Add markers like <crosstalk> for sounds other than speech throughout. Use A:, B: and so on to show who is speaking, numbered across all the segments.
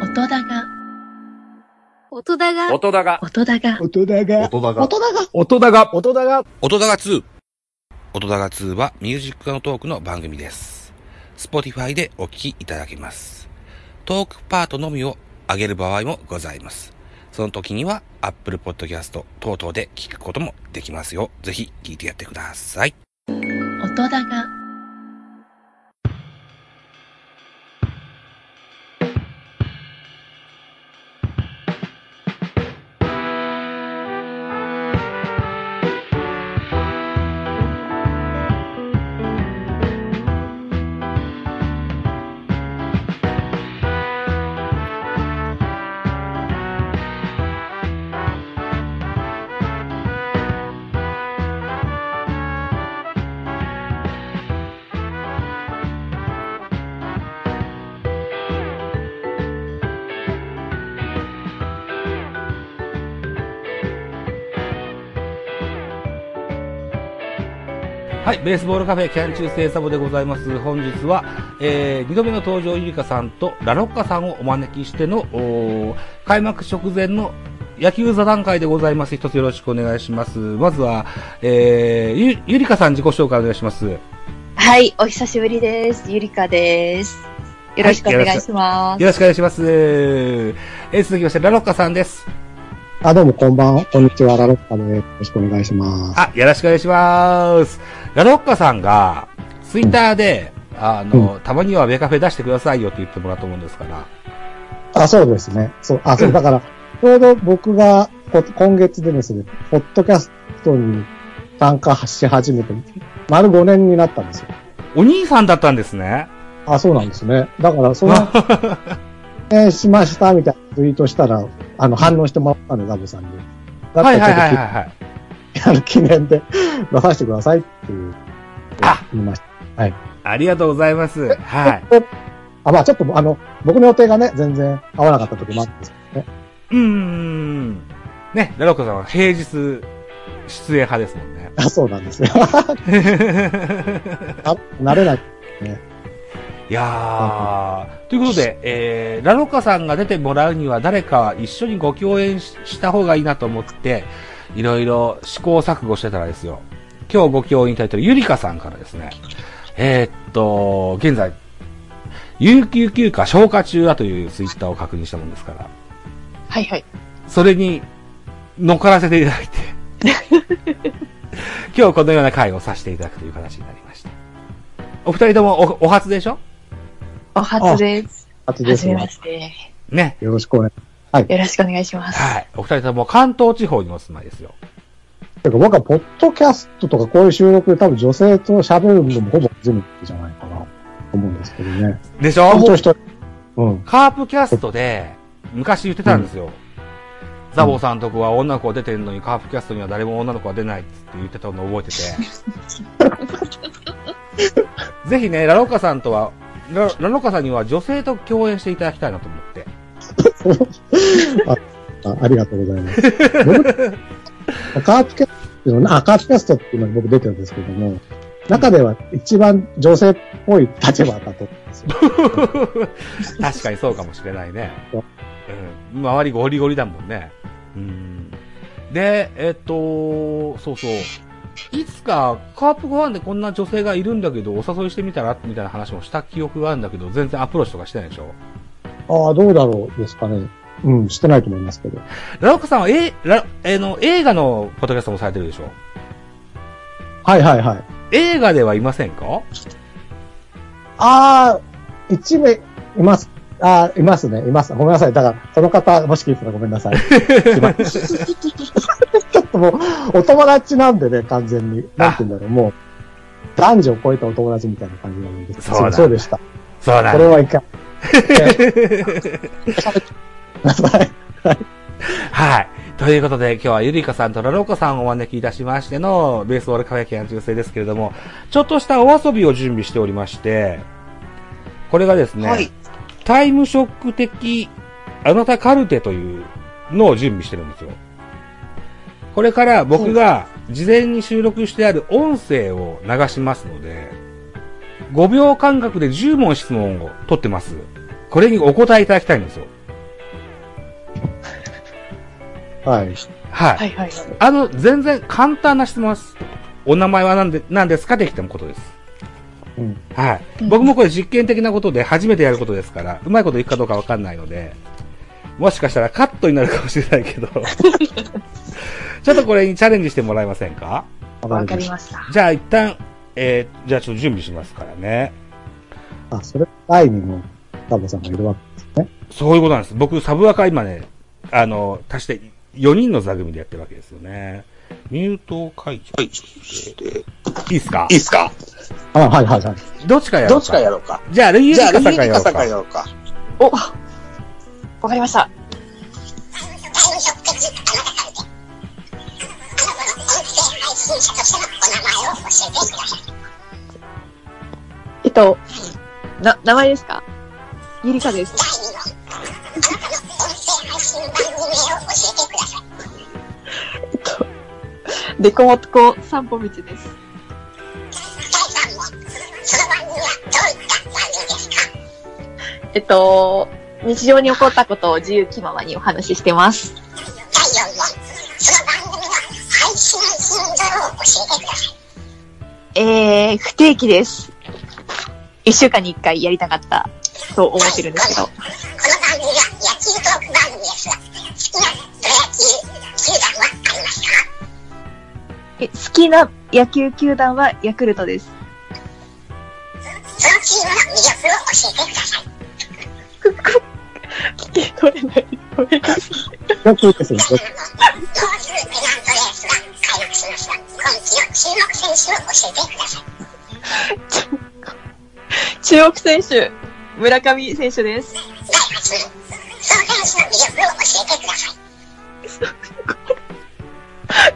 A: 音だが、
B: 音だが、
C: 音だが、
A: 音だが、
D: 音だが、
E: 音だが、
D: 音だが、
F: 音だが、
D: 音だが、
G: 音だが2。音だが2はミュージックのトークの番組です。Spotify でお聞きいただけます。トークパートのみを上げる場合もございます。その時には Apple Podcast 等々で聞くこともできますよ。ぜひ聞いてやってください。
A: 音だが、
G: はい、ベースボールカフェキャン中生サボでございます。本日は、えー、2度目の登場ゆりかさんとラロッカさんをお招きしての、おー開幕直前の野球座談会でございます。一つよろしくお願いします。まずは、えー、ゆ、ゆりかさん自己紹介お願いします。よ
H: はい、お久しぶりです。ゆりかです。よろしくお願いします。
G: ろしくお願いします。えー、続きまして、ラロッカさんです。
D: あ、どうもこんばんは。こんにちは。ラロッカです。よろしくお願いします。
G: あ、よろしくお願いします。ラロッカさんが、ツイッターで、あの、たまにはベカフェ出してくださいよって言ってもらったもんですから。
D: あ、そうですね。そう、あ、そう、だから、ちょうど僕が、こ今月でですね、ポッドキャストに参加し始めて、丸5年になったんですよ。
G: お兄さんだったんですね。
D: あ、そうなんですね。だから、その、えーしましたみたいなツイートしたら、あの、反応してもらったんで、ザボさんに。だ
G: は
D: っ
G: い
D: た
G: はいはい
D: らちょ
G: はいはい。
D: っと、あの、記念で出させてくださいっていう、
G: あ
D: 言いました。
G: ありがとうございます。はい。
D: あ、まあちょっと、あの、僕の予定がね、全然合わなかった時もあったんですけどね。
G: うーん。ね、ラロッカさんは平日出演派ですもんね。
D: あ、そうなんですよ。あ慣れない。
G: いやー。ということで、えー、ラロッカさんが出てもらうには誰か一緒にご共演しした方がいいなと思って、いろいろ試行錯誤してたらですよ。今日ご共演いただいてるゆりかさんからですね。えー、っと、現在、有給休暇消化中だというツイッターを確認したもんですから。
H: はいはい。
G: それに乗っからせていた <laughs> だいて、今日このような会をさせていただくという形になりました。お二人ともおお初でしょ
H: お初です。
D: 初
H: は
D: で
H: じ
D: す
H: め
D: ね。
H: まして。
G: ね。
D: よろしくお願い。
H: よろしくお願いします。
G: はい。お二人とも関東地方にお住まいですよ。
D: てか僕はポッドキャストとかこういう収録で多分女性と喋るのもほぼ初めてじゃないかなと思うんですけどね。
G: でし
D: 本当
G: ょ
D: 一人。うん。
G: カープキャストで昔言ってたんですよ。ザボーさんとこは女の子出てるのにカープキャストには誰も女の子は出ないっつって言ってたのを覚えてて。ぜひね、ラロカさんとは、ララロカさんには女性と共演していただきたいなと思って。
D: <laughs> あありがとうございます。僕カープキャストっていうのあ、カープキャストっていうのに僕出てるんですけども、中では一番女性っぽい立場だと思うんですよ。
G: <laughs> 確かにそうかもしれないね。うん。周りゴリゴリだもんね。うん。で、えっと、そうそう。いつか、カープファンでこんな女性がいるんだけど、お誘いしてみたらみたいな話もした記憶があるんだけど、全然アプローチとかしてないでしょ
D: ああ、どうだろうですかね。うん、してないと思いますけど。
G: ラロッカさんは、え、ラ、えの、映画のポッドキャストもされてるでしょ
D: はいはいはい。
G: 映画ではいませんか
D: ああ、一名、います。ああ、いますね。います。ごめんなさい。だから、その方、もし聞いてたらごめんなさい。しまいちょっともう、お友達なんでね、完全に。なんて言うんだろう、もう、男女を超えたお友達みたいな感じなんです
G: そうだ
D: そうでした。
G: そうな
D: こ
G: ん
D: れ
G: だ。
D: <laughs> はいかん。なさい。
G: はい。ということで、今日はゆりかさんとラローカさんをお招きいたしましての、ベースボールカフェキャン中世ですけれども、ちょっとしたお遊びを準備しておりまして、これがですね、
H: はい。
G: タイムショック的、あなたカルテというのを準備してるんですよ。これから僕が事前に収録してある音声を流しますので、5秒間隔で10問質問を取ってます。これにお答えいただきたいんですよ。
D: はい。
G: はい。
H: はいはい。
G: あの、全然簡単な質問です。お名前は何で、何ですかできてもことです。
D: うん
G: はい。
H: うん
G: 僕もこれ実験的なことで初めてやることですから、うまいこといくかどうかわかんないので、もしかしたらカットになるかもしれない
H: <laughs>
G: けど、ちょっとこれにチャレンジしてもらえませんか
H: わか
D: ま
H: り
D: し
H: ました。
G: じゃあ一旦、えー、じゃあちょっと準備しますからね。
D: た。あ、それ、第二のタボさんがいるわけですね。
G: そういうことなんです。僕、サブアカ今ね、あの、足して4人の座組でやってるわけですよね。ミュートを解除して、いいですか
C: いいっすか
D: あ、はいはいはい。
G: どっちかやろ
C: ど
G: うか。
C: っちからやろうか。
G: じゃあ、ゆり
C: じゃあ、
G: か
C: ル
G: さ
C: ー
G: ん
C: ルか
G: かやろう
C: さか
G: か。
C: やろうか。
H: おわかりました。えっと、な、名前ですかゆりかです。えっと、デコモトコ散歩道です。えっと、日常に起こったことを自由気ままにお話ししてます。えー、不定期です。一週間に一回やりたかったと思ってるんですけど。え好きな野球球団はヤクルトです。そのチームの <laughs> 魅力を教えてください。聞き取れない。ごめんなさい
D: よくですね。
H: 中国選手、村上選手です。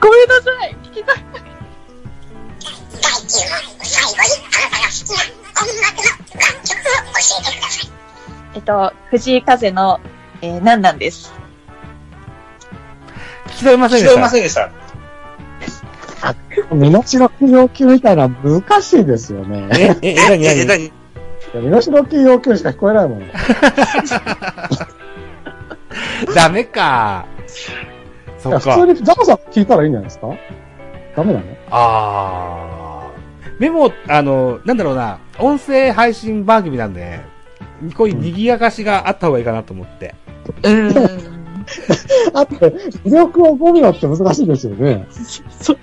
H: ごめんなさい。聞きたい。えっと、藤井風の、えー、なんなんです。
G: 聞き取れませ
C: 聞
G: んで
C: こ
G: し
C: えま
G: た。
C: せんでした。
D: 身の代金要求みたいなの難しいですよね。
G: え、え、え、なになに
C: え、何
D: いや身の代金要求しか聞こえないもん。
G: ダメか。そっ
D: 普
G: か。
D: 通にザボさん聞いたらいいんじゃないですかダ <laughs> メだね。
G: あー。メモ、あの、なんだろうな、音声配信番組なんで、こういう賑やかしがあった方がいいかなと思って。
H: うん。
D: だって、魅力を5秒って難しいですよね。
H: そう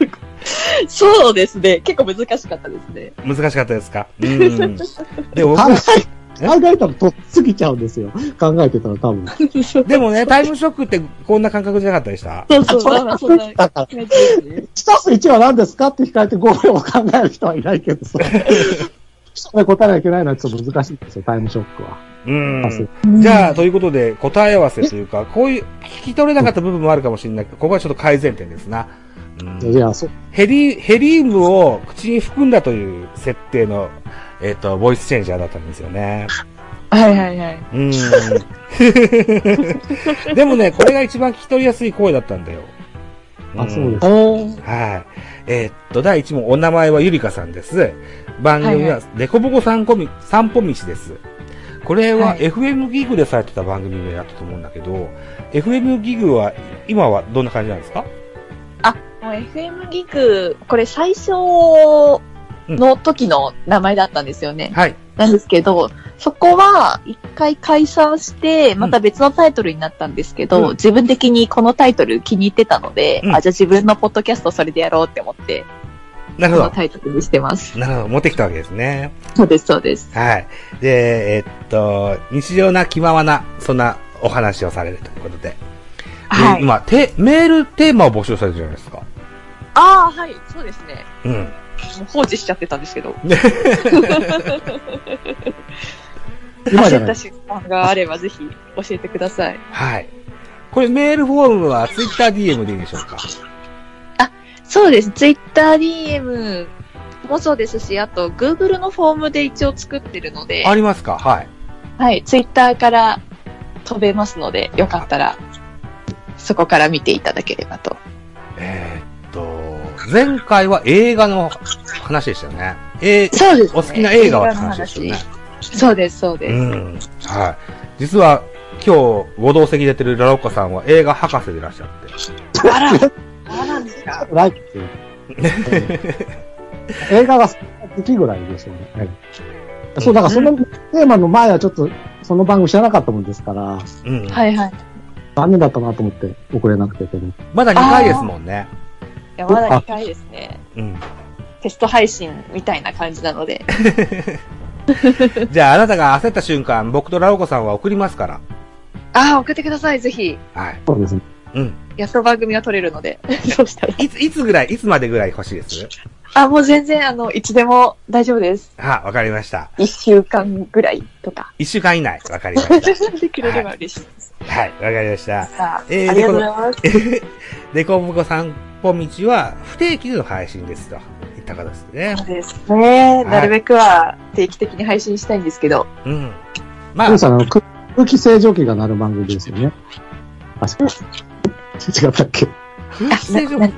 H: そうですね。結構難しかったですね。
G: 難しかったですかうん。でも
D: 考
G: 僕、
D: え、考えたらとっつきちゃうんですよ。考えてたら多分。
G: でもね、タイムショックってこんな感覚じゃなかったでした
H: そうそう、そんな、そんな
D: だから、
H: 感じですね。
D: 一つ一は何ですかって聞かれて5秒を考える人はいないけどさ。それ答えなきゃいけないのはちょっと難しいですよ、タイムショックは。
G: うん。じゃあ、ということで、答え合わせというか、こういう、聞き取れなかった部分もあるかもしれないけど、ここはちょっと改善点ですな。うん
D: いや、そう、
G: ヘリ、ヘリウムを口に含んだという設定の、えっ、と、ボイスチェンジャーだったんですよね。
H: はいはいはい。
G: うーん。 <laughs> でもね、これが一番聞き取りやすい声だったんだよ。
D: あ、そうです。
H: おー。
G: はい。えーっと、第1問、お名前はゆりかさんです。番組
H: はい
G: は、デコボコ散歩み散歩道です。これは
H: はい
G: FM ギグでされてた番組名だったと思うんだけど、FM ギグは、今はどんな感じなんですか
H: もう FM ギグ、これ最初の時の名前だったんですよね。
G: はい。
H: なんですけど、そこは一回解散して、また別のタイトルになったんですけど、
G: うん
H: 自分的にこのタイトル気に入ってたので、
G: うん
H: あ、じゃあ自分のポッドキャストそれでやろうって思って、
G: なる
H: こ
G: ほ
H: の
G: ど。
H: タイトルにしてます。
G: なるほど。持ってきたわけですね。
H: そうです、そうです。
G: はい。で、えーっと、日常な気ままな、そんなお話をされるということで。で
H: はい。
G: 今、て、メールテーマを募集されてるじゃないですか。
H: ああ、はい、そうですね。
G: うん。
H: もう放置しちゃってたんですけど。
D: 今じゃ
H: 焦っ
D: な
H: た
D: い。
H: 瞬間があればぜひ教えてください。
G: はい。これメールフォームは TwitterDM でいいんでしょうか
H: そうです。ツイッター DM もそうですし、あと、Google のフォームで一応作ってるので、
G: ありますかはい。
H: はい、ツイッターから飛べますので、よかったら、そこから見ていただければと。
G: えーっと、前回は映画の話でしたよね。えー
H: そうです、
G: お好きな映画はって話ですよね。
H: そうです、そう
G: う
H: です。
G: ん。はい。実は、昨今日、ご同席出てるラロッカさんは映画博士でいらっしゃって。
H: あ <laughs> ら、そうなんですか。
D: ライクっていう。映画は好きぐらいですよね。はい。そう、だからそのテーマの前はちょっと、その番組知らなかったもんですから、
G: うん。
H: はいはい。い
D: 残念だったなと思って遅れなくてけど。
G: まだ2回ですもんね。
H: や、まだ2回ですね。
G: うん。
H: テスト配信みたいな感じなので。
G: じゃあ、あなたが焦った瞬間、僕とラロコさんは送りますから。
H: ああ、送ってください、ぜひ。
G: はい。
D: そうですね。
G: うん。
H: やっと番組が撮れるので。 <laughs> そうしたら。
G: いつ、いつぐらい、いつまでぐらい欲しいです
H: あ、もう全然、あの、いつでも大丈夫です。
G: は、わかりました。
H: 1週間ぐらいとか。
G: 1週間以内、わかり <laughs> ました。
H: できれば嬉しいです。
G: はい、わかりました。
H: さ
G: <laughs>
H: あ、
G: えー
H: ありがとうございます。
G: でこぼこ散歩道は不定期での配信ですと。いった形ですね。
H: そうですね。
G: い
H: なるべくは定期的に配信したいんですけど。
G: うん。ま
D: ユ
G: あ
D: ウ、さん、あの、空空気清浄機が鳴る番組ですよね。確かに。違ったっけ
G: 空気清浄
H: な
G: 機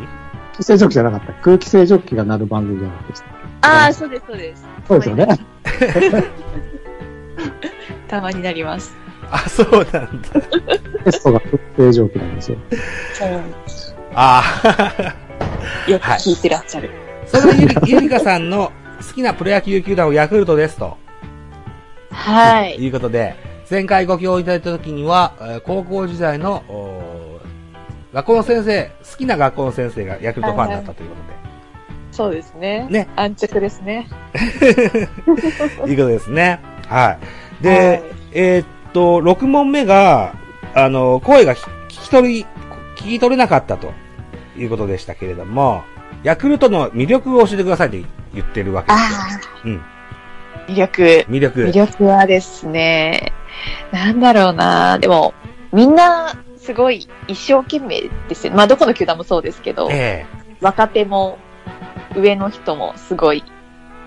D: 空気清浄機じゃなかった。空気清浄機が鳴る番組じゃなかった。
H: ああ、そうです、そうです。
D: そうですよね。
H: <laughs> たまになります。
G: あ、そうなんだ。
D: テストが空気清浄機なんですよ。
G: あ
H: よく
G: はい
H: 聞いてらっしゃる。
G: あ。 <laughs> それでゆりゆりかさんの好きなプロ野球球団をヤクルトですと。。
H: はいい。
G: うことで、前回ご協力いただいた時には、えー高校時代の、おー学校の先生、好きな学校の先生がヤクルトファンだったというこ
H: そうですね。
G: ね
H: 安着ですね。
G: とで。いうことですね。はい。で、えーっと、6問目が、あの、声がひ聞き取り、聞き取れなかったということでしたけれども、ヤクルトの魅力を教えてくださいって言ってるわけですよ。
H: ああ、
G: うん
H: 魅力。
G: 魅力。
H: 魅力はですね、なんだろうな。でも、みんな、すごい一生懸命ですよ。まあ、どこの球団もそうですけど、
G: え
H: 若手も、上の人もすごい、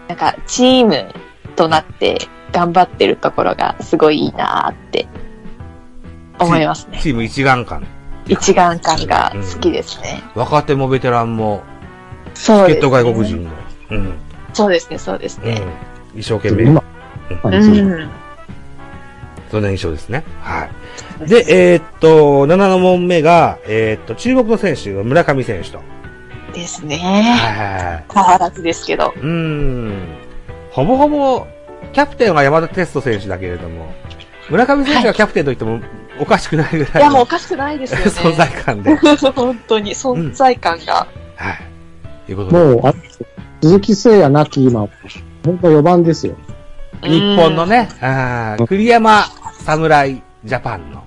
H: なんか、チームとなって頑張ってるところがすごいいいなーって、思います
G: え
H: ね。
G: チーム一丸間。
H: 一眼感が好きですね。
G: 若手もベテランも、
H: そうで
G: 助っ
H: す、
G: 人
H: ね。
G: 外国人も。うん。
H: そうですね、そうです
G: う
H: ね。
G: ん。一生懸命。
D: 今、は
H: う
D: い、そう。
H: ん。
G: そんな印象ですね。はい。で、えーっと、7問目が、えーっと、注目の選手、村上選手と。は
H: です
G: い
H: ね。
G: はいはい。
H: 変わらずですけど。
G: うーん。ほぼほぼ、キャプテンは山田哲人選手だけれども、村上選手がキャプテンと言ってもおかしくないぐ
H: い
G: らい
H: や、もうお
G: <laughs> の
H: かしくないですよね。
G: 存在感で。はい。
H: 本当に、存在感が。
G: ということで、
D: もう、あれですよ鈴木誠也なき今、本当4番ですよ。
G: 日本のね、あー栗山侍ジャパンの。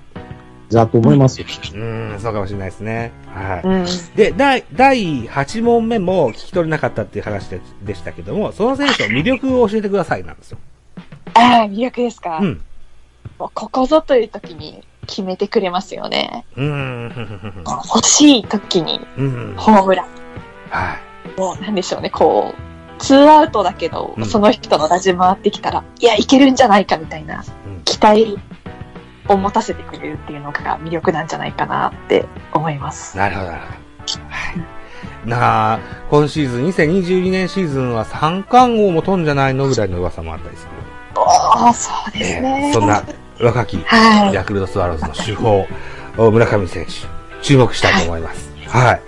D: じゃあと思いますよ。
G: うーん、そうかもしれないですね。は
H: うん。うん。
G: い。で、第、第8問目も聞き取れなかったっていう話ででしたけども、その選手の魅力を教えてくださいなんですよ。
H: ああ、魅力ですか。
G: うん。
H: もうここぞという時に決めてくれますよね。
G: うーん、ふんふんふんふん
H: 欲しい時に
G: うん。
H: ホームラン。
G: はい。
H: もう、なんでしょうね、こう、ツーアウトだけど
G: う、ん
H: その人の打順回ってきたら、いや、いけるんじゃないかみたいな
G: うん、
H: 期待を持たせてくれるっていうのが魅力なんじゃないかなって思います。
G: なるほど、なるほど。はい。なあ、今シーズン、2022年シーズンは三冠王も飛んじゃないのぐらいの噂もあったりする。
H: おー、そうです
G: え
H: ね。
G: えそんな若き
H: はい。
G: ヤクルトスワローズの主砲、村上選手、注目したいと思います。はい。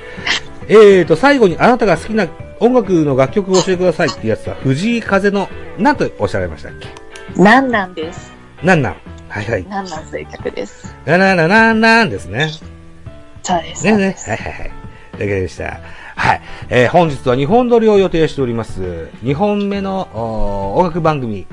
G: えーと、最後にあなたが好きな音楽の楽曲を教えてくださいっていうやつは、藤井風の、なんとおっしゃられましたっけ
H: なんなんです。
G: なんなんはいはい。
H: なんなんという曲です。
G: なななななんですね。
H: そうです。
G: ねね。はいはいはい。だけでした。はい。えー本日は日本撮りを予定しております。2本目のおー音楽番組。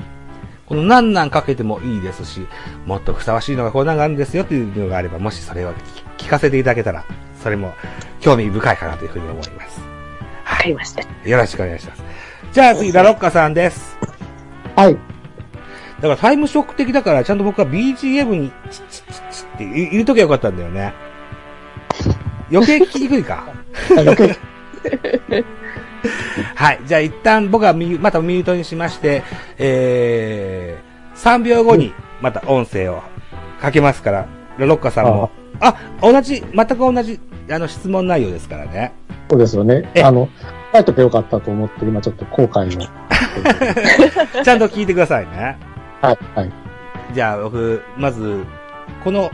G: この何なんかけてもいいですし、もっとふさわしいのがこんなんがあるんですよというのがあれば、もしそれを聞聞かせていただけたら、それも興味深いかなというふうに思います。
H: わかりました。
G: よろしくお願いします。じゃあ次、ラロッカさんです。
D: はい。
G: だからタイムショック的だから、ちゃんと僕は BGM にチッチッチッチッって言うときゃよかったんだよね。余計聞きにくいか。
D: 余計
G: はい。じゃあ一旦僕はミュまたミュートにしまして、えー、3秒後にまた音声をかけますから、ロロッカさんも。あ、同じ、全く同じ、あの、質問内容ですからね。
D: そうですよね
G: <laughs> え。
D: あの、書いとけよかったと思って、今ちょっと後悔の。
G: ちゃんと聞いてくださいね。 <laughs>
D: はい、はい。
G: じゃあ僕、まず、この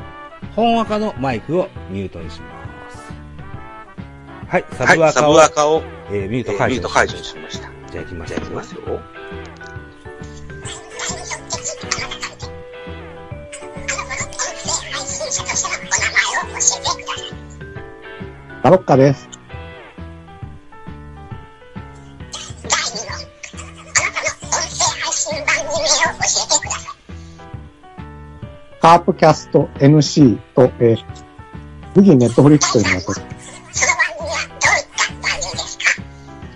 G: 本赤のマイクをミュートにします。はい、サブ
C: はい、
G: 赤
C: サ
G: を、
C: ブアカを、
G: えーミュー
C: え
G: ト
C: ー
G: 解
C: ミュ
G: 除
C: ート解除にしました。
G: じゃあ行きま
C: じ
G: す
C: ゃあ、いきますよ。
D: ラロッカです。カープキャスト NC と、えー、次にネットフリックスというのが取る。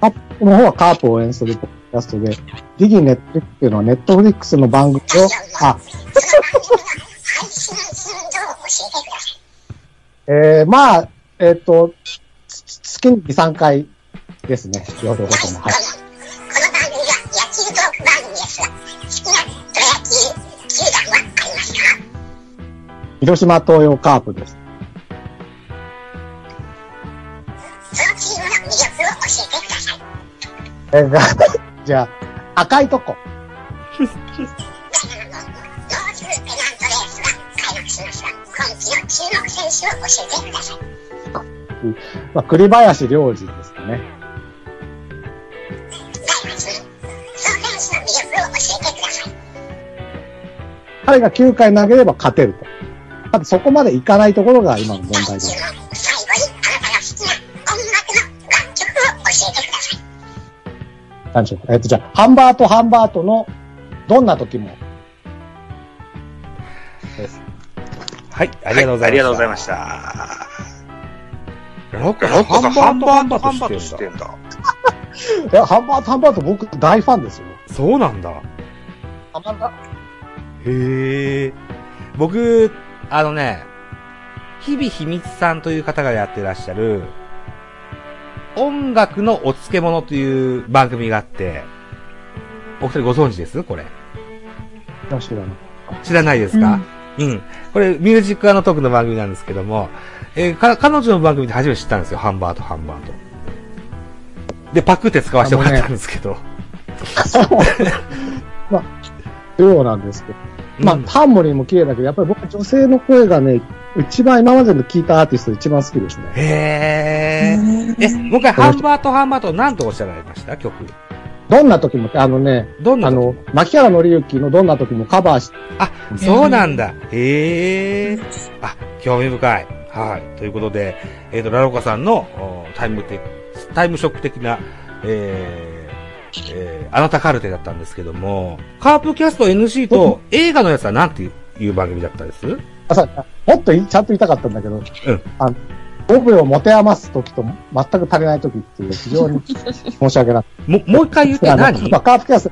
D: カープの方はカープを応援するポッドキャストで、次にネットフリックスっていうのはネットフリックスの番組を、あ、えー、まあ、えっ、と、つつ月に2、3回ですね。両方とも。はい。広島東洋カープです。えー、じゃあ <laughs> じゃあ、赤いとこ。まあ、栗林良治ですかね。彼が9回投げれば勝てると。ただそこまでいかないところが今の問題です。何でしょうえっ、と、じゃあ、ハンバート、ハンバートの、どんな時も。
G: はい、ありがとうござい
C: あ
G: ました。
C: りがとうございました。
G: ラロッカ
C: ロ
G: さん、
C: ッコさん、
G: ハ
C: ハ
G: ン
C: ン
G: バー
C: バ
G: ハン
C: ー
G: バ
C: ト、ハン
G: ー
C: バー
G: と
C: ト
G: し
C: してて
G: んだ。
C: んだ。
D: いや、ハンバート、ハンバート僕大ファンですよ。
G: そうなんだ。
D: たまらん
G: へえ。僕、あのね、日々秘密さんという方がやってらっしゃる、音楽のお漬物という番組があって、お二人ご存知ですこれ。
D: よしだな。
G: 知らないですか、うん、これ、ミュージックアのトークの番組なんですけども、えーか、彼女の番組で初めて知ったんですよ。ハンバーとハンバーと。で、パクって使わせてもらったんですけど。
D: ようなんですけど。まあ、
G: うん
D: ハーモニーも綺麗だけど、やっぱり僕は女性の声がね、一番今までの聞いたアーティストで一番好きですね。
G: へえ。え、もう一回、ハンバーとハンバーと何とおっしゃられました曲。
D: どんな時も、あのね、
G: どんな
D: あの、牧原紀之のどんな時もカバーし、
G: そうなんだ。へえ。あ、興味深い。はい。ということで、えっ、と、ラロカさんのおタイムテタイムショック的な、えーえーあなたカルテだったんですけども、カープキャスト NC と映画のやつはなんていういう番組だったんです
D: あさもっといちゃんと言いたかったんだけど、あの、語尾を持て余す時と全く足りない時っていう、非常に申し訳ない。
G: も、もう一回言って
D: あの
G: 何
D: まあ、カープキャス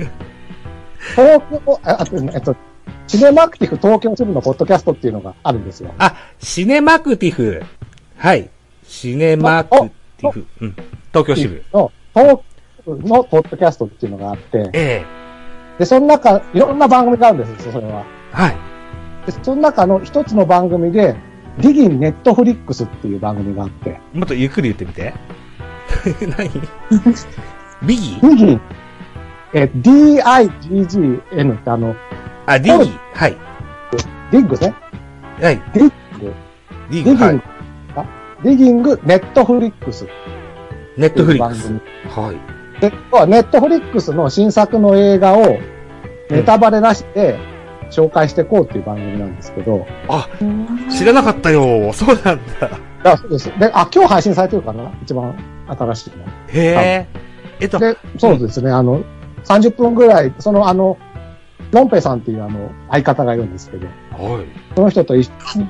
D: ト、東京、あ、あとえっと、シネマクティフ東京支部のポッドキャストっていうのがあるんですよ。
G: あ、シネマクティフ。はい。シネマクティフ。うん。東京支部。
D: の、東京のポッドキャストっていうのがあって、
G: ええ
D: で、その中、いろんな番組があるんですよ、それは。
G: はい。
D: で、その中の一つの番組で、ディギンネットフリックスっていう番組があって、
G: もっとゆっくり言ってみて。 <laughs> 何ビギー
D: ディギン、え、D-I-G-G-N ってあの、
G: あ、ディギー。はい。
D: ディッグね。
G: はい。
D: ディッグ。
G: リ
D: ディギ
G: ーグ、
D: ング、
G: はい。
D: あディギング、ネットフリックスっ
G: ネッ
D: て
G: トフ
D: いう
G: リック
D: 番
G: ス
D: 組。。
G: はい。
D: で、要はネットフリックスの新作の映画をネタバレなしで紹介していこうっていう番組なんですけど、
G: 知らなかったよそうなんだ。
D: あ、そうです。で、あ、今日配信されてるかな一番新しいの。
G: へえ。えっと、
D: で、そうですね、あの、30分ぐらい、そのあの、ロンペさんっていうあの、相方がいるんですけど、
G: は
D: その人と一緒に、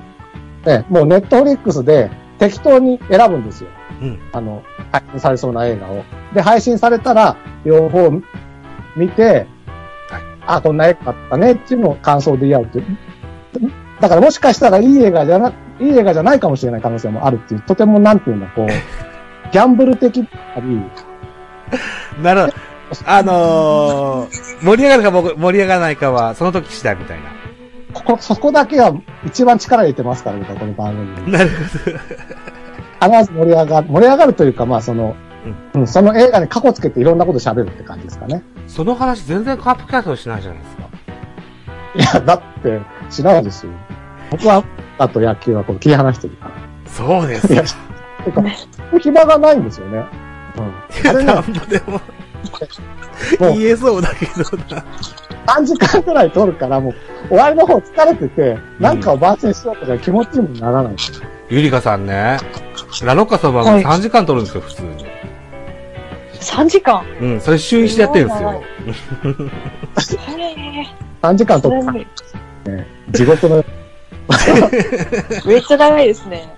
D: ね、もうネットフリックスで適当に選ぶんですよ。
G: うん
D: あの、配信されそうな映画を。で、配信されたら、両方見て、
G: はい
D: あ、こんな映画だったねっていうのを感想で言い合うっていう。だからもしかしたらいい映画じゃな、いい映画じゃないかもしれない可能性もあるっていう、とてもなんていうんだ、
G: <laughs>
D: こう、ギャンブル的だったり、
G: い。なるほど。あのー、盛り上がるかも盛り上がらないかは、その時次第みたいな。
D: ここ、そこだけは一番力入れてますからね、この番組に。
G: なるほど。
D: 必ず盛り上がる、盛り上がるというか、まあその、うん、その映画に過去つけていろんなこと喋るって感じですかね。
G: その話全然カープキャストしないじゃないですか。
D: いや、だって、しないですよ。
G: へ
D: 僕は、あと野球はこう切り離してるから。
G: そうですよ。
D: てか、暇がないんですよね。うん。あれね
G: な、んぼでも
D: もう
G: 言えそうだけどな。
D: 3時間くらい撮るから、もう、終わりの方疲れてて、なんかを番宣しようとか気持ちにもならない。
G: ゆりかさんね、ラロッカさんは
H: はい
G: 3時間撮るんですよ、普通に。
H: 3時間
G: うん、それ週1でやってるんですよ。
D: 3時間撮る地獄の、
H: めっちゃ長いですね。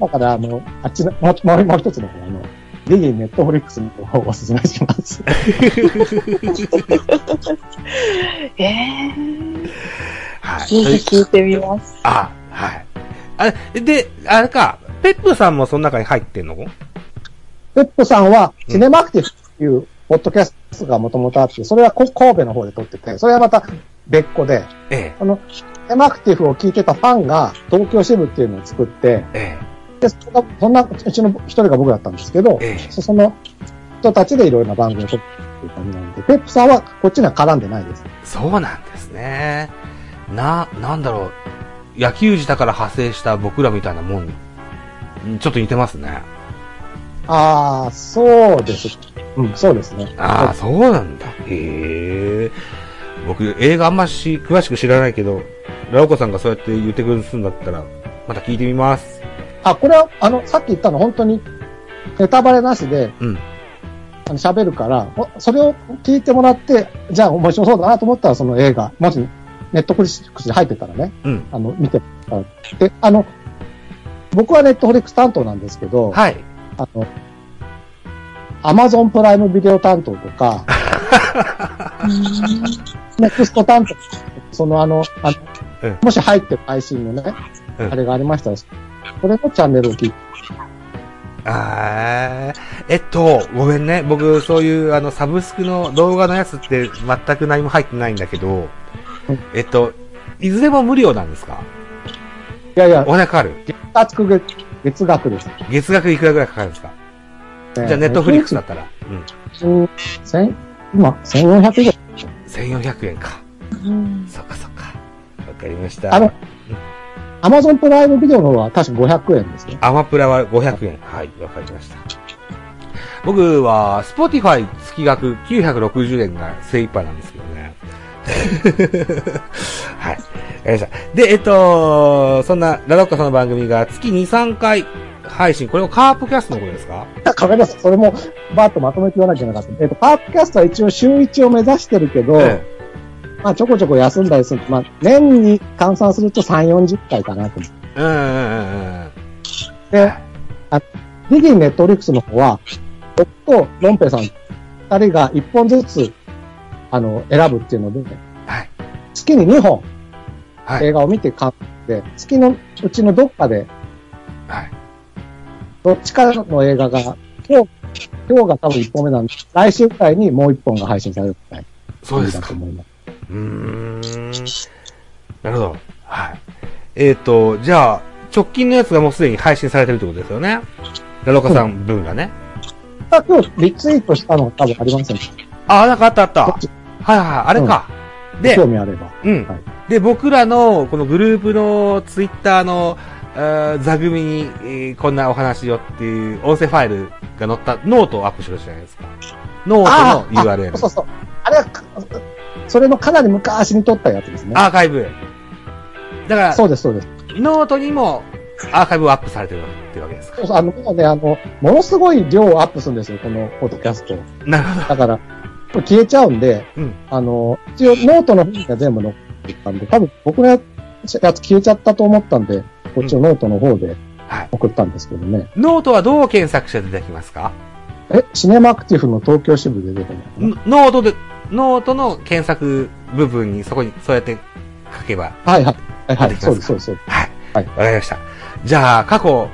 D: だから、あの、あっちの、もう、もう一つの方、あの、リギーネットフリックスの方をおすすめします。
H: えー、
G: はい。
H: ぜひ聞いてみます。
G: あ、はい。あれ、で、あれか、ペップさんもその中に入ってんの
D: <laughs> ペップさんは、シネマアクティブっていう、ポッドキャストがもともとあって、それはこ神戸の方で撮ってて、それはまた別個で、
G: ええ、
D: あの、シネマアクティブを聞いてたファンが、東京支部っていうのを作って、
G: え
D: で、そんな、そんなうちの一人が僕だったんですけど
G: え、ええ。
D: そその人たちでいろいろな番組を撮ってっていう感じなので、ペップさんはこっちには絡んでないです。
G: そうなんですね。な、なんだろう。野球児だから派生した僕らみたいなもんに、ちょっと似てますね。
D: ああ、そうです。うん、そうですね。
G: ああ、そうなんだ。へえ。僕、映画あんまし、詳しく知らないけど、ラオコさんがそうやって言ってくれるんだったら、また聞いてみます。
D: あ、これは、あの、さっき言ったの本当に、ネタバレなしで、
G: うん
D: あの喋るから、ほそれを聞いてもらって、じゃあ面白そうだなと思ったら、その映画、もし、ネットフリックスに入ってたらね、
G: うん
D: あの、見てもらって、で、あの、僕はネットフリックス担当なんですけど、
G: はい。
D: あの、アマゾンプライムビデオ担当とか、ネクスト担当、そのあの、あの
G: うん
D: もし入ってる配信のね、
G: うん
D: あれがありましたら、これのチャンネルを聞いて、
G: あーえっと、ごめんね。僕、そういう、あの、サブスクの動画のやつって全く何も入ってないんだけど
D: うん、
G: えっと、いずれも無料なんですか
D: いやいや
G: お、金かかる
D: 月額月月額です、ね。
G: 月額いくらぐらいかかるんですかじゃあ、ネットフリックスだったら。うん。
D: うん千今、1400円。
G: 1400円か。そっかそっか。わかりました。
D: あの、アマゾンプライムビデオの方は確か500円ですね。
G: アマプラは500円。はい、わかりました。僕は、スポティファイ月額960円が精一杯なんですけどね。はい。わかりました。で、えっと、そんな、ラロッカさんの番組が月2、3回配信。これをカープキャストのことですか
D: ごめんなさい、それも、バーッとまとめて言わなきゃいけなかった。えっ、と、パープキャストは一応週1を目指してるけど、
G: え
D: まあ、ちょこちょこ休んだりする。まあ、年に換算すると3、40回かなと思っ
G: え。うんうんうんうん。
D: て。あリギンネットフリックスの方は、僕とロンペイさん、二人が1本ずつ、あの、選ぶっていうので、
G: はい。
D: 月に2本、
G: はい
D: 映画を見て買って、月のうちのどっかで、
G: はい
D: どっちかの映画が、今日、今日が多分1本目なんで、来週くらいにもう1本が配信されるみたい
G: そうです
D: だ
G: か
D: と。思います。
G: うーん。なるほど。はい。えっ、と、じゃあ、直近のやつがもうすでに配信されてるってことですよね。ラロカさん分がね。
D: まあ今日リツイートしたのが多分ありませんか
G: あ、なんかあったあった。
D: ど
G: は
D: っ
G: い
D: ち
G: はいはい、あれか。で
D: 興、味あれば。
G: うん
D: はい。
G: で、僕らの、このグループのツイッターの、えー座組に、えーこんなお話よっていう音声ファイルが載ったノートをアップしてるじゃないですか。ノートの
D: あそ
G: URL。
D: うそう。あれは、それのかなり昔に撮ったやつですね。
G: アーカイブ。だから、
D: そうです、そうです。
G: ノートにもアーカイブをアップされてるってわけですか
D: そう。そうあの、もうね、あの、ものすごい量をアップするんですよ、このポッドキャスト。
G: なるほど。
D: だから、これ消えちゃうんで、
G: うん
D: あの、一応ノートの方が全部残ってたんで、多分僕のやつ消えちゃったと思ったんで、こっちをノートの方で
G: はい
D: 送ったんですけどね。
G: ノートはどう検索して出てきますか
D: え、シネマアクティフの東京支部で出てます、
G: んノートで、ノートの検索部分にそこにそうやって書けば。
D: はいはい。はいは
G: 出
D: い。
G: てき
D: そ
G: ますか
D: うです、そうです。そうです
G: はい。
D: はい
G: わかりました。じゃあ、過去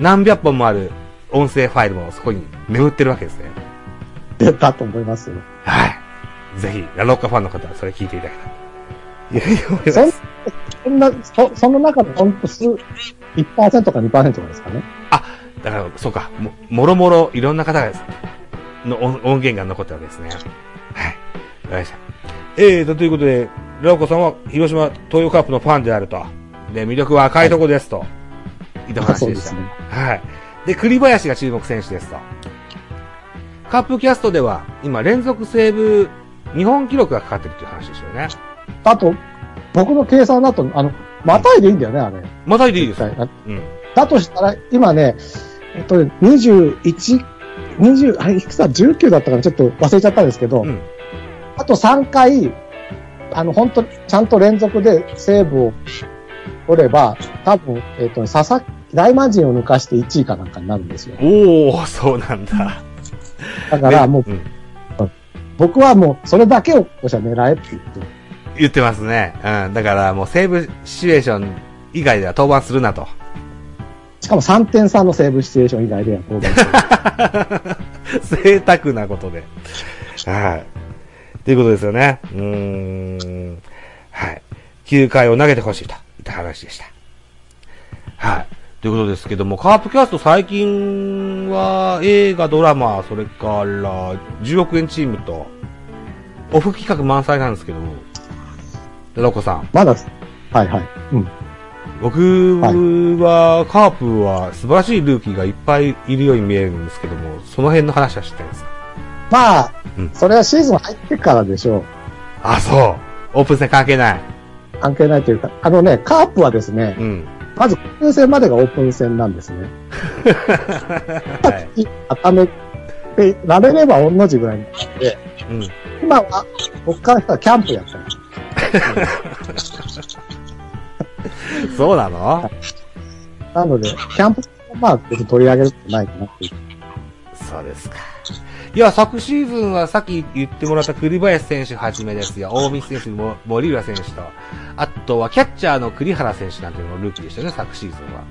G: 何百本もある音声ファイルもそこに眠ってるわけですね。
D: 出たと思いますよ。
G: はい。ぜひ、ラロッカファンの方はそれ聞いていただきたい。いや、思いま
D: そん
G: す。
D: そんな、そその中でほんと数、1%か2%かですかね。
G: だから、そうか、も、もろもろいろんな方が、の音音源が残ったわけですね。はい。わかりました。えーと、ということで、ラオコさんは広島東洋カープのファンであると。で、魅力は赤いとこですと。いった話
D: そう
G: で
D: で
G: した
D: す。ね。
G: はい。で、栗林が注目選手ですと。カップキャストでは、今連続セーブ、日本記録がかかってるっていう話ですよね。
D: あと、僕の計算だと、あの、またいでいいんだよね、あれ。
G: またいでいいです
D: はい
G: か
D: あ
G: うん。
D: だとしたら、今ね、えっと、21、20、あれ、いくつだ ?19 だったからちょっと忘れちゃったんですけど、
G: うん
D: あと3回、あの、本当にちゃんと連続でセーブを取れば、多分、えっと、佐々木、大魔神を抜かして1位かなんかになるんですよ。
G: おー、そうなんだ。
D: だから、もう、
G: ん
D: 僕はもう、それだけを、私は狙えって言ってる。
G: 言ってますね。うん。だからもうセーブシチュエーション以外では登板するなと。
D: しかも3点差のセーブシチュエーション以外では
G: <laughs>
D: 当然。
G: 贅沢なことで。はい。ということですよね。うーん。はい。9回を投げてほしいといった話でした。はい。ということですけども、カープキャスト最近は映画、ドラマ、それから10億円チームと、オフ企画満載なんですけども、ロコさん、
D: まだ、はいはい。うん。
G: 僕は、カープは素晴らしいルーキーがいっぱいいるように見えるんですけども、その辺の話は知ってますか
D: まあ、
G: うん
D: それはシーズン入ってからでしょう。
G: あ、そう。オープン戦関係ない。
D: 関係ないというか、あのね、カープはですね、
G: うん。
D: まず、オープン戦までがオープン戦なんですね。
G: はい。
D: 固めてられれば同じぐらいに。
G: うん。
D: 今は、僕からしたらキャンプやったり
G: そうなの
D: なので、キャンプ、まあ、別に取り上げることないかなっていう。
G: そうですか。いや、昨シーズンはさっき言ってもらった栗林選手はじめですよ。大道選手も、森浦選手と、あとはキャッチャーの栗原選手なんていうのもルーキーでしたね、昨シーズンは。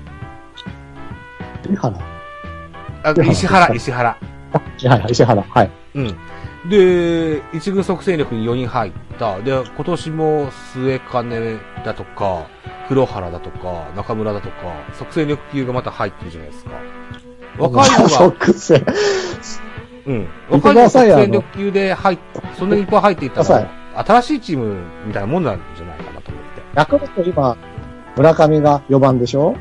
D: 栗原は
G: あ
D: 栗原
G: 石原、石原。
D: いはい、石原。はい。
G: うん。で、一軍即戦力に4人入った。で、今年も末金だとか、黒原だとか、中村だとか、即戦力級がまた入ってるじゃないですか。若い
D: <laughs>
G: のが、
D: 即戦。
G: うん。
D: 見て
G: 若い
D: く
G: のが
D: ださい
G: 即
D: よ
G: 戦力級で入っ、そんなにいっぱい入っていった
D: 見てく
G: ら、新しいチームみたいなもんなんじゃないかなと思って。
D: ヤクルト今、村上が4番でしょ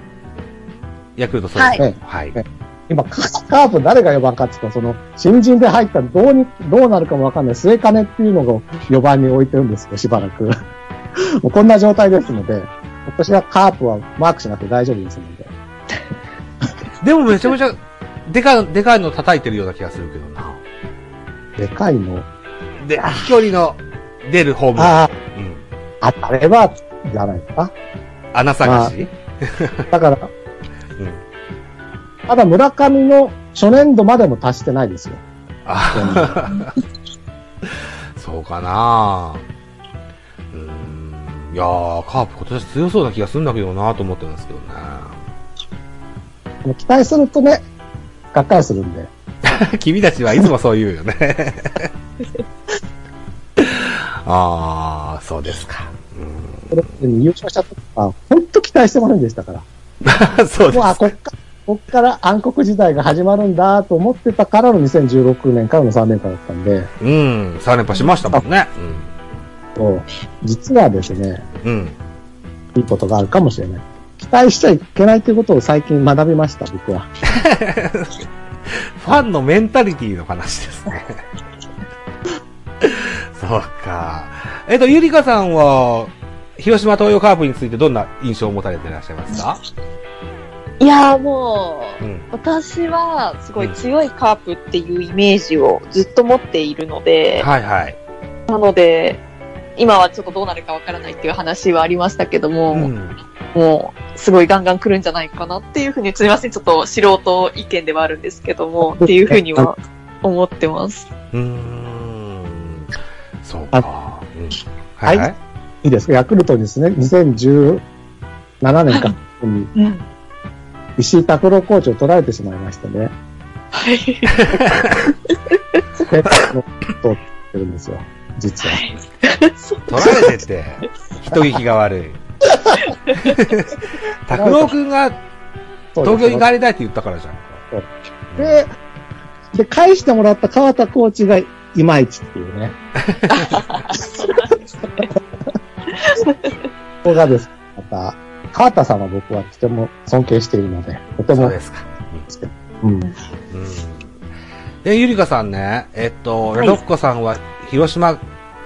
G: ヤクルトそうですね。はい。
D: はい今、カカープ誰が4番かっていうと、その、新人で入ったらどうに、どうなるかもわかんない、末金っていうのを4番に置いてるんですよ、しばらく。 <laughs> もうこんな状態ですので、私はカープはマークしなくて大丈夫ですので。
G: でもめちゃめちゃ、でかい、でかいの叩いてるような気がするけどな。
D: でかいの。
G: で、飛距離の出るホームラン。
D: あ
G: うん。
D: あ、当たれば、じゃないですか。
G: 穴探し
D: だから、
G: うん。
D: ただ村上の初年度までも達してないですよ。
G: あそうかなうーん。いやー、カープ今年強そうな気がするんだけどなと思ってるんですけどね。
D: もう期待するとね、がっかりするんで。
G: <laughs> 君たちはいつもそう言うよ <laughs> ね。あー、そうですか。
D: これ優勝したときは、本当期待してませんでしたから。
G: <laughs> そうで
D: もう、あ、
G: す。
D: こっか、こっから暗黒時代が始まるんだと思ってたからの2016年からの3年間だったんで、
G: うん、3連覇しましたもんね。
D: そう実はですね、
G: うん。うん。
D: いいことがあるかもしれない。期待しちゃいけないということを最近学びました、僕は。
G: ファンのメンタリティの話です <laughs> ね。そうか。えっと、ゆりかさんは、広島東洋カープについてどんな印象を持たれていらっしゃいますか
H: いやーもう、
G: うん。
H: 私はすごい強いカープっていうイメージをずっと持っているので、
G: はいはい。
H: なので、今はちょっとどうなるかわからないっていう話はありましたけども、
G: うん。
H: もう、すごいガンガン来るんじゃないかなっていうふうに、すみません、ちょっと素人意見ではあるんですけども、っていうふうには思ってます。
G: うーん。そうか。うん。はい、
D: い
G: はい。
D: いいですかヤクルトにですね、2017年かに
H: うん。
D: 石井拓郎コーチを取られてしまいまして
G: <laughs>
D: ね、
H: はい。
D: ペットのことを取ってるんですよ、実は。
G: 取られてて、人聞きが悪い。 <laughs> 拓郎くんが東京に帰りたいって言ったからじゃん。
D: で、で、返してもらった川
G: <laughs>
D: 田コーチがいまいちっていうね。ここがです。また、川田さんは僕はとても尊敬しているので、とて
G: そう
D: も、
G: ですか。
D: うん。
G: うん。で、ゆりかさんね、えっと、
H: はい
G: ラドッコさんは広島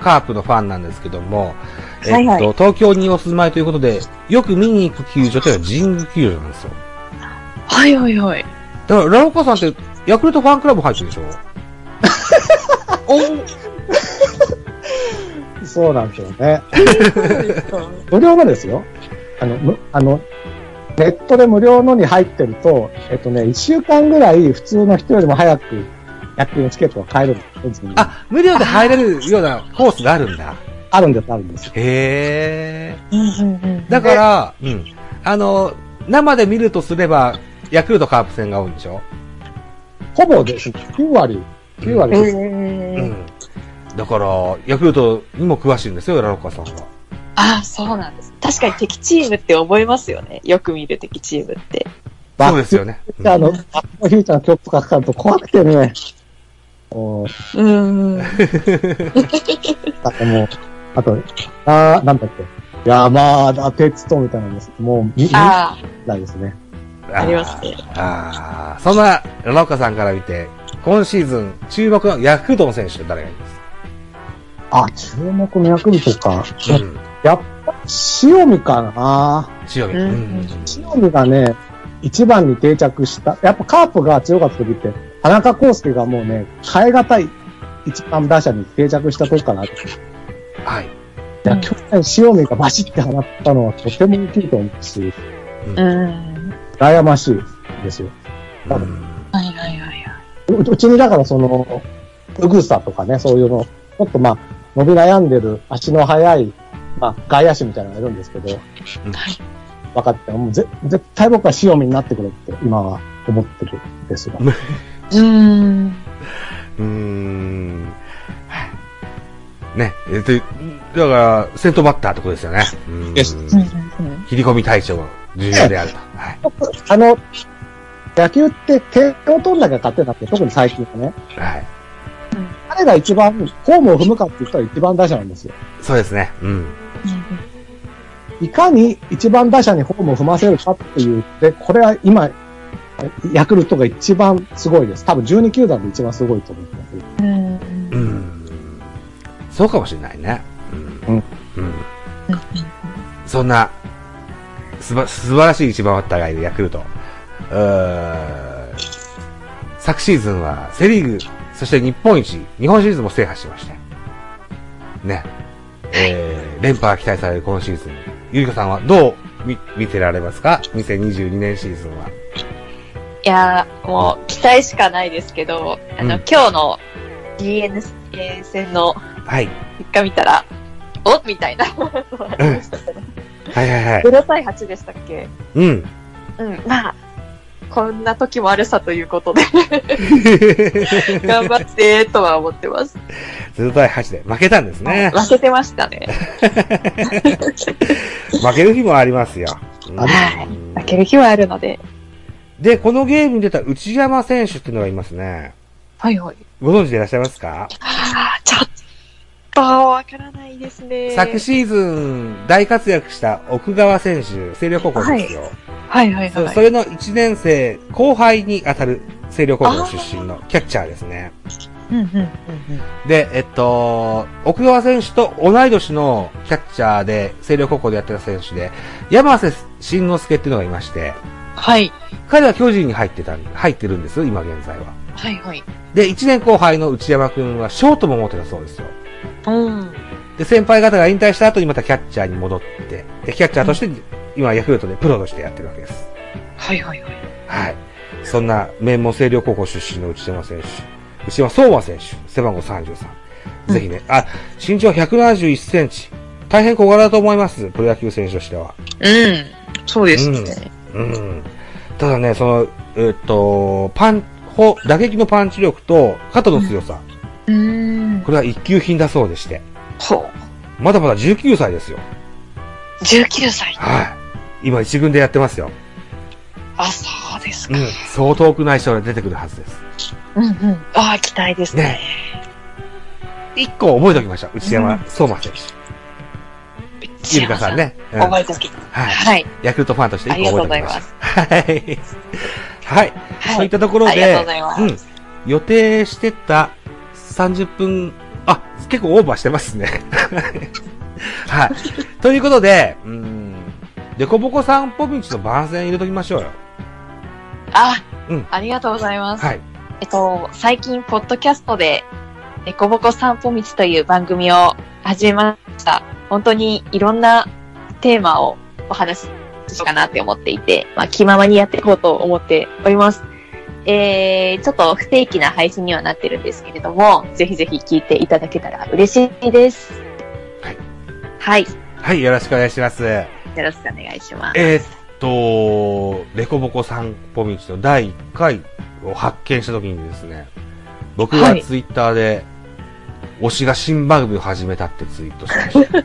G: カープのファンなんですけども、
H: はいはい
G: えっと、東京にお住まいということで、よく見に行く球場というのは神宮球場なんですよ。
H: はいはいはい。
G: だから、ラドッコさんって、ヤクルトファンクラブ入ってるでし <laughs> ょ
D: そうなんですよね。
H: は
D: 無料のですよ。あの、むあの、ネットで無料のに入ってると、えっとね、1週間ぐらい普通の人よりも早く野球のチケットが買えるんですよ。
G: あ、無料で入れるようなコースがあるんだ。
D: あるんです、あるんです。
G: へ
H: い
G: え。だから、うん。あの、生で見るとすれば、ヤクルトカープ戦が多いんでしょ
D: ほぼです。9割、9割です。
G: う
H: えー、
G: ん。だから、ヤクルトにも詳しいんですよ、ラロッカさんは。
H: ああ、そうなんです。確かに敵チームって覚えますよね。よく見る敵チームって。
G: そうですよね。うん
D: あの、バックヒューチャーの曲がかかると怖くてね、もう、
H: うーん。
D: だってもう、あと、あーなんだっけ、山田哲人みたいなんです。もう、見見
H: あ
D: ないですね。
H: あ、ありますね。
G: ああ、そんな、ラロッカさんから見て、今シーズン、注目のヤクルトの選手って誰がいます
D: あ、注目の薬物か。
G: うん。
D: やっぱ、塩見かな
G: 強み。
H: うん
G: うん
D: 塩見がね、一番に定着した。やっぱカープが強かった時って、田中康介がもうね、変え難い一番打者に定着した時かな。い
G: はい。
D: や、去年塩見がバシッて放ったのはとても大きいと思うし、
H: うーん。
D: 羨ましいですよ。
G: う
D: うん
H: はいはいはいは
D: ううちにだからその、うぐさとかね、そういうの、ちょっとまあ、伸び悩んでる足の速い、まあ、外野手みたいなのがいるんですけど、分かって、もうぜ絶対僕は塩見になってくれって今は思ってるんですよ。
H: い。うーん。
G: うーん。はいね、えっと、だから、先頭バッターってことですよね。うん
D: です
G: 切り込み対象が重要であると。はい。
D: あの、野球って点を取んなきゃ勝てなくて、特に最近はね、
G: はい。
D: 彼が一番ホームを踏むかって言ったら一番打者なんですよ。
G: そうですね。うん。
D: いかに一番打者にホームを踏ませるかっていう、で、これは今、ヤクルトが一番すごいです。多分12球団で一番すごいと思ってます。
H: うん。
G: うん。そうかもしれないね。うん。うん。そんな、すば、素晴らしい一番バッターがいるヤクルト。うーん昨シーズンはセリーグ、そして日本一、日本シリーズも制覇しました。ね。えー、連覇が期待される今シーズン。ゆりかさんはどう見、見てられますか ?2022 年シーズンは。
H: いやー、もう期待しかないですけど、あの、
G: うん
H: 今日の DNA 戦の
G: はい。
H: 結果見たら、おみたいな。0
G: はいはいはい。
H: 対8でしたっけ
G: うん。 <laughs>
H: うん、まあ、こんな時もあるさということ
G: <laughs>
H: で、頑張ってとは思ってます。
G: 0対8で負けたんですね。
H: 負けてましたね。
G: 負ける日もありますよ。
H: はい
G: うん
H: 負ける日はあるので、
G: で、このゲームに出た内山選手っていうのがいますね。
H: はいはい。
G: ご存知でいらっしゃいますか、
H: あーちょっと、わからないですね。
G: 昨シーズン大活躍した奥川選手、星稜高校ですよ、
H: はいはい
G: そ。
H: はい。
G: それの1年生後輩に当たる星稜高校出身のキャッチャーですね。
H: うんうんうん
G: で、えっと、奥川選手と同い年のキャッチャーで、星稜高校でやってた選手で、山瀬慎之介っていうのがいまして、
H: はい。
G: 彼は巨人に入ってたん、入ってるんですよ、今現在は。
H: はいはい。
G: で、1年後輩の内山くんはショートも持ってたそうですよ。
H: うん。
G: で、先輩方が引退した後にまたキャッチャーに戻って、で、キャッチャーとして、今ヤクルトでプロとしてやってるわけです。
H: はいはいはい。
G: はい。そんな、名門星稜高校出身の内山選手、内山相馬選手、背番号33。ぜひね、あ、身長171センチ。大変小柄だと思います、プロ野球選手としては。
H: うん。そうですね。
G: うん。ただね、その、えっと、パン、ほ打撃のパンチ力と肩の強さ、
H: うーん。
G: これは一級品だそうでして。
H: ほ
G: まだまだ19歳ですよ。
H: う。19歳。
G: はい。今一軍でやってますよ。
H: あ、そうです
G: う
H: か。
G: ん。そう遠くない将来出てくるはずです。
H: うんうん。ああ、期待ですね。
G: 一個覚えておきました。内山相馬選手。ゆりかさんね。うん
H: 覚えておき。
G: はい。
H: はい。
G: ヤクルトファンとして
H: あり
G: 一
H: が
G: 個
H: とうご
G: 覚
H: ざ
G: えて
H: い
G: おきま
H: ま
G: し
H: す。
G: た。はい。はい。そ
H: は
G: ういっ
H: い。
G: たところ
H: ありがとうご
G: で、
H: ざいます。
G: うん。予定してた30分、あ、結構オーバーしてますね。 <laughs> はい。ということで、うん。デコボコ散歩道の番宣入れときましょうよ。
H: あ、
G: うん
H: ありがとうございます。
G: はい。
H: えっと、最近、ポッドキャストで、デコボコ散歩道という番組を始めました。本当にいろんなテーマをお話ししようかなって思っていて、まあ、気ままにやっていこうと思っております。えー、ちょっと不定期な配信にはなってるんですけれども、ぜひぜひ聞いていただけたら嬉しいです。
G: はい。
H: はい。
G: はい、よろしくお願いします。え
H: よろしくお願いします。
G: ーっと、レコボコ散歩道の第1回を発見したときにですね、僕
H: は
G: が
H: い
G: ツイッターで、推しが新番組を始めたってツイートしまし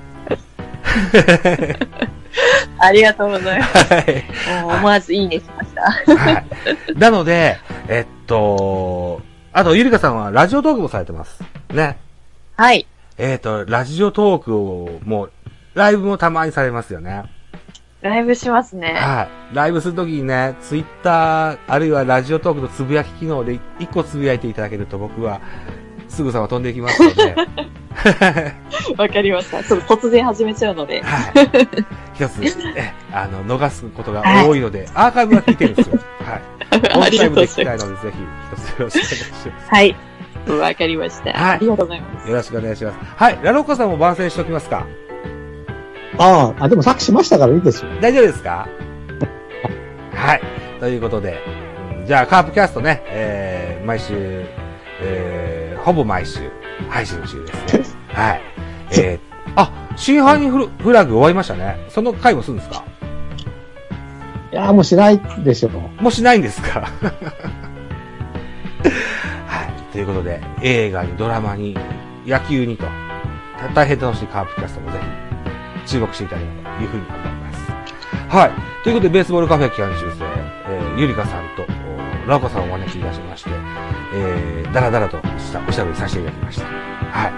G: た。
H: ありがとうご <laughs> ざいます。
G: はい。
H: もう思わずいいねしました。
G: はい。なので、えっと、あと、ゆりかさんはラジオトークもされてます。ね。
H: はい。
G: えっと、ラジオトークを、もう、ライブもたまにされますよね。
H: ライブしますね。
G: はい。ライブするときにね、ツイッター、あるいはラジオトークのつぶやき機能で一個つぶやいていただけると僕は、すぐさま飛んでいきます
H: <laughs>
G: ので、
H: わかりました。ちょっと突然始めちゃうので。
G: はい。一つ、え、あの、逃すことが多いので、アーカイブは聞いてるんですよ。はい。
H: <laughs>
G: オ
H: あ
G: ン
H: りがと
G: タイ
H: う
G: ム
H: ご
G: で聞
H: ざ
G: き
H: いま
G: たいので、ぜひ、一つよろしくお願いします。
H: す。はい。わかりました。
G: はい
H: ありがとうございます。
G: よろしくお願いします。はい、ラロッカさんも番宣しておきますか
D: ああ、あ、でもさっきしましたからいいですよ。
G: 大丈夫ですかはい、ということで、うんじゃあカープキャストね、えー、毎週、えー、ほぼ毎週、配信中です、ね。はい。えー、あ、真犯人フルフラグ終わりましたね。その回もするんですか
D: いや、もうしないでしょ。
G: もうしないんですか <laughs> はい、ということで、映画にドラマに、野球にと、た大変楽しいカープキャストもぜひ、注目していただければというふうに思います。はい。ということで、ベースボールカフェ期間中世、えー、ゆりかさんと、おラオコさんをお招きいたしまして、えー、だらだらとしたおしゃべりさせていただきました。はい。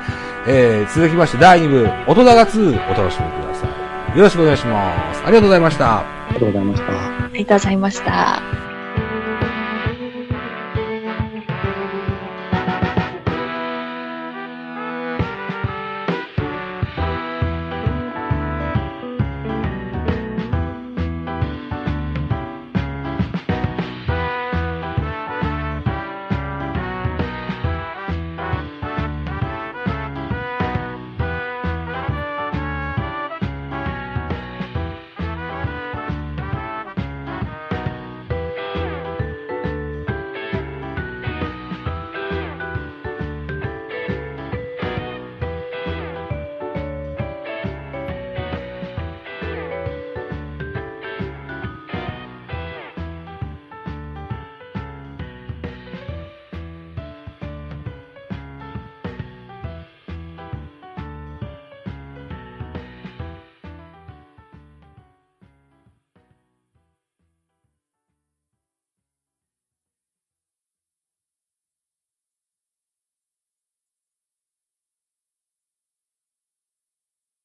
G: えー、続きまして、第2部、大人が2、お楽しみください。よろしくお願いします。ありがとうございました。
D: ありがとうございました。
H: ありがとうございました。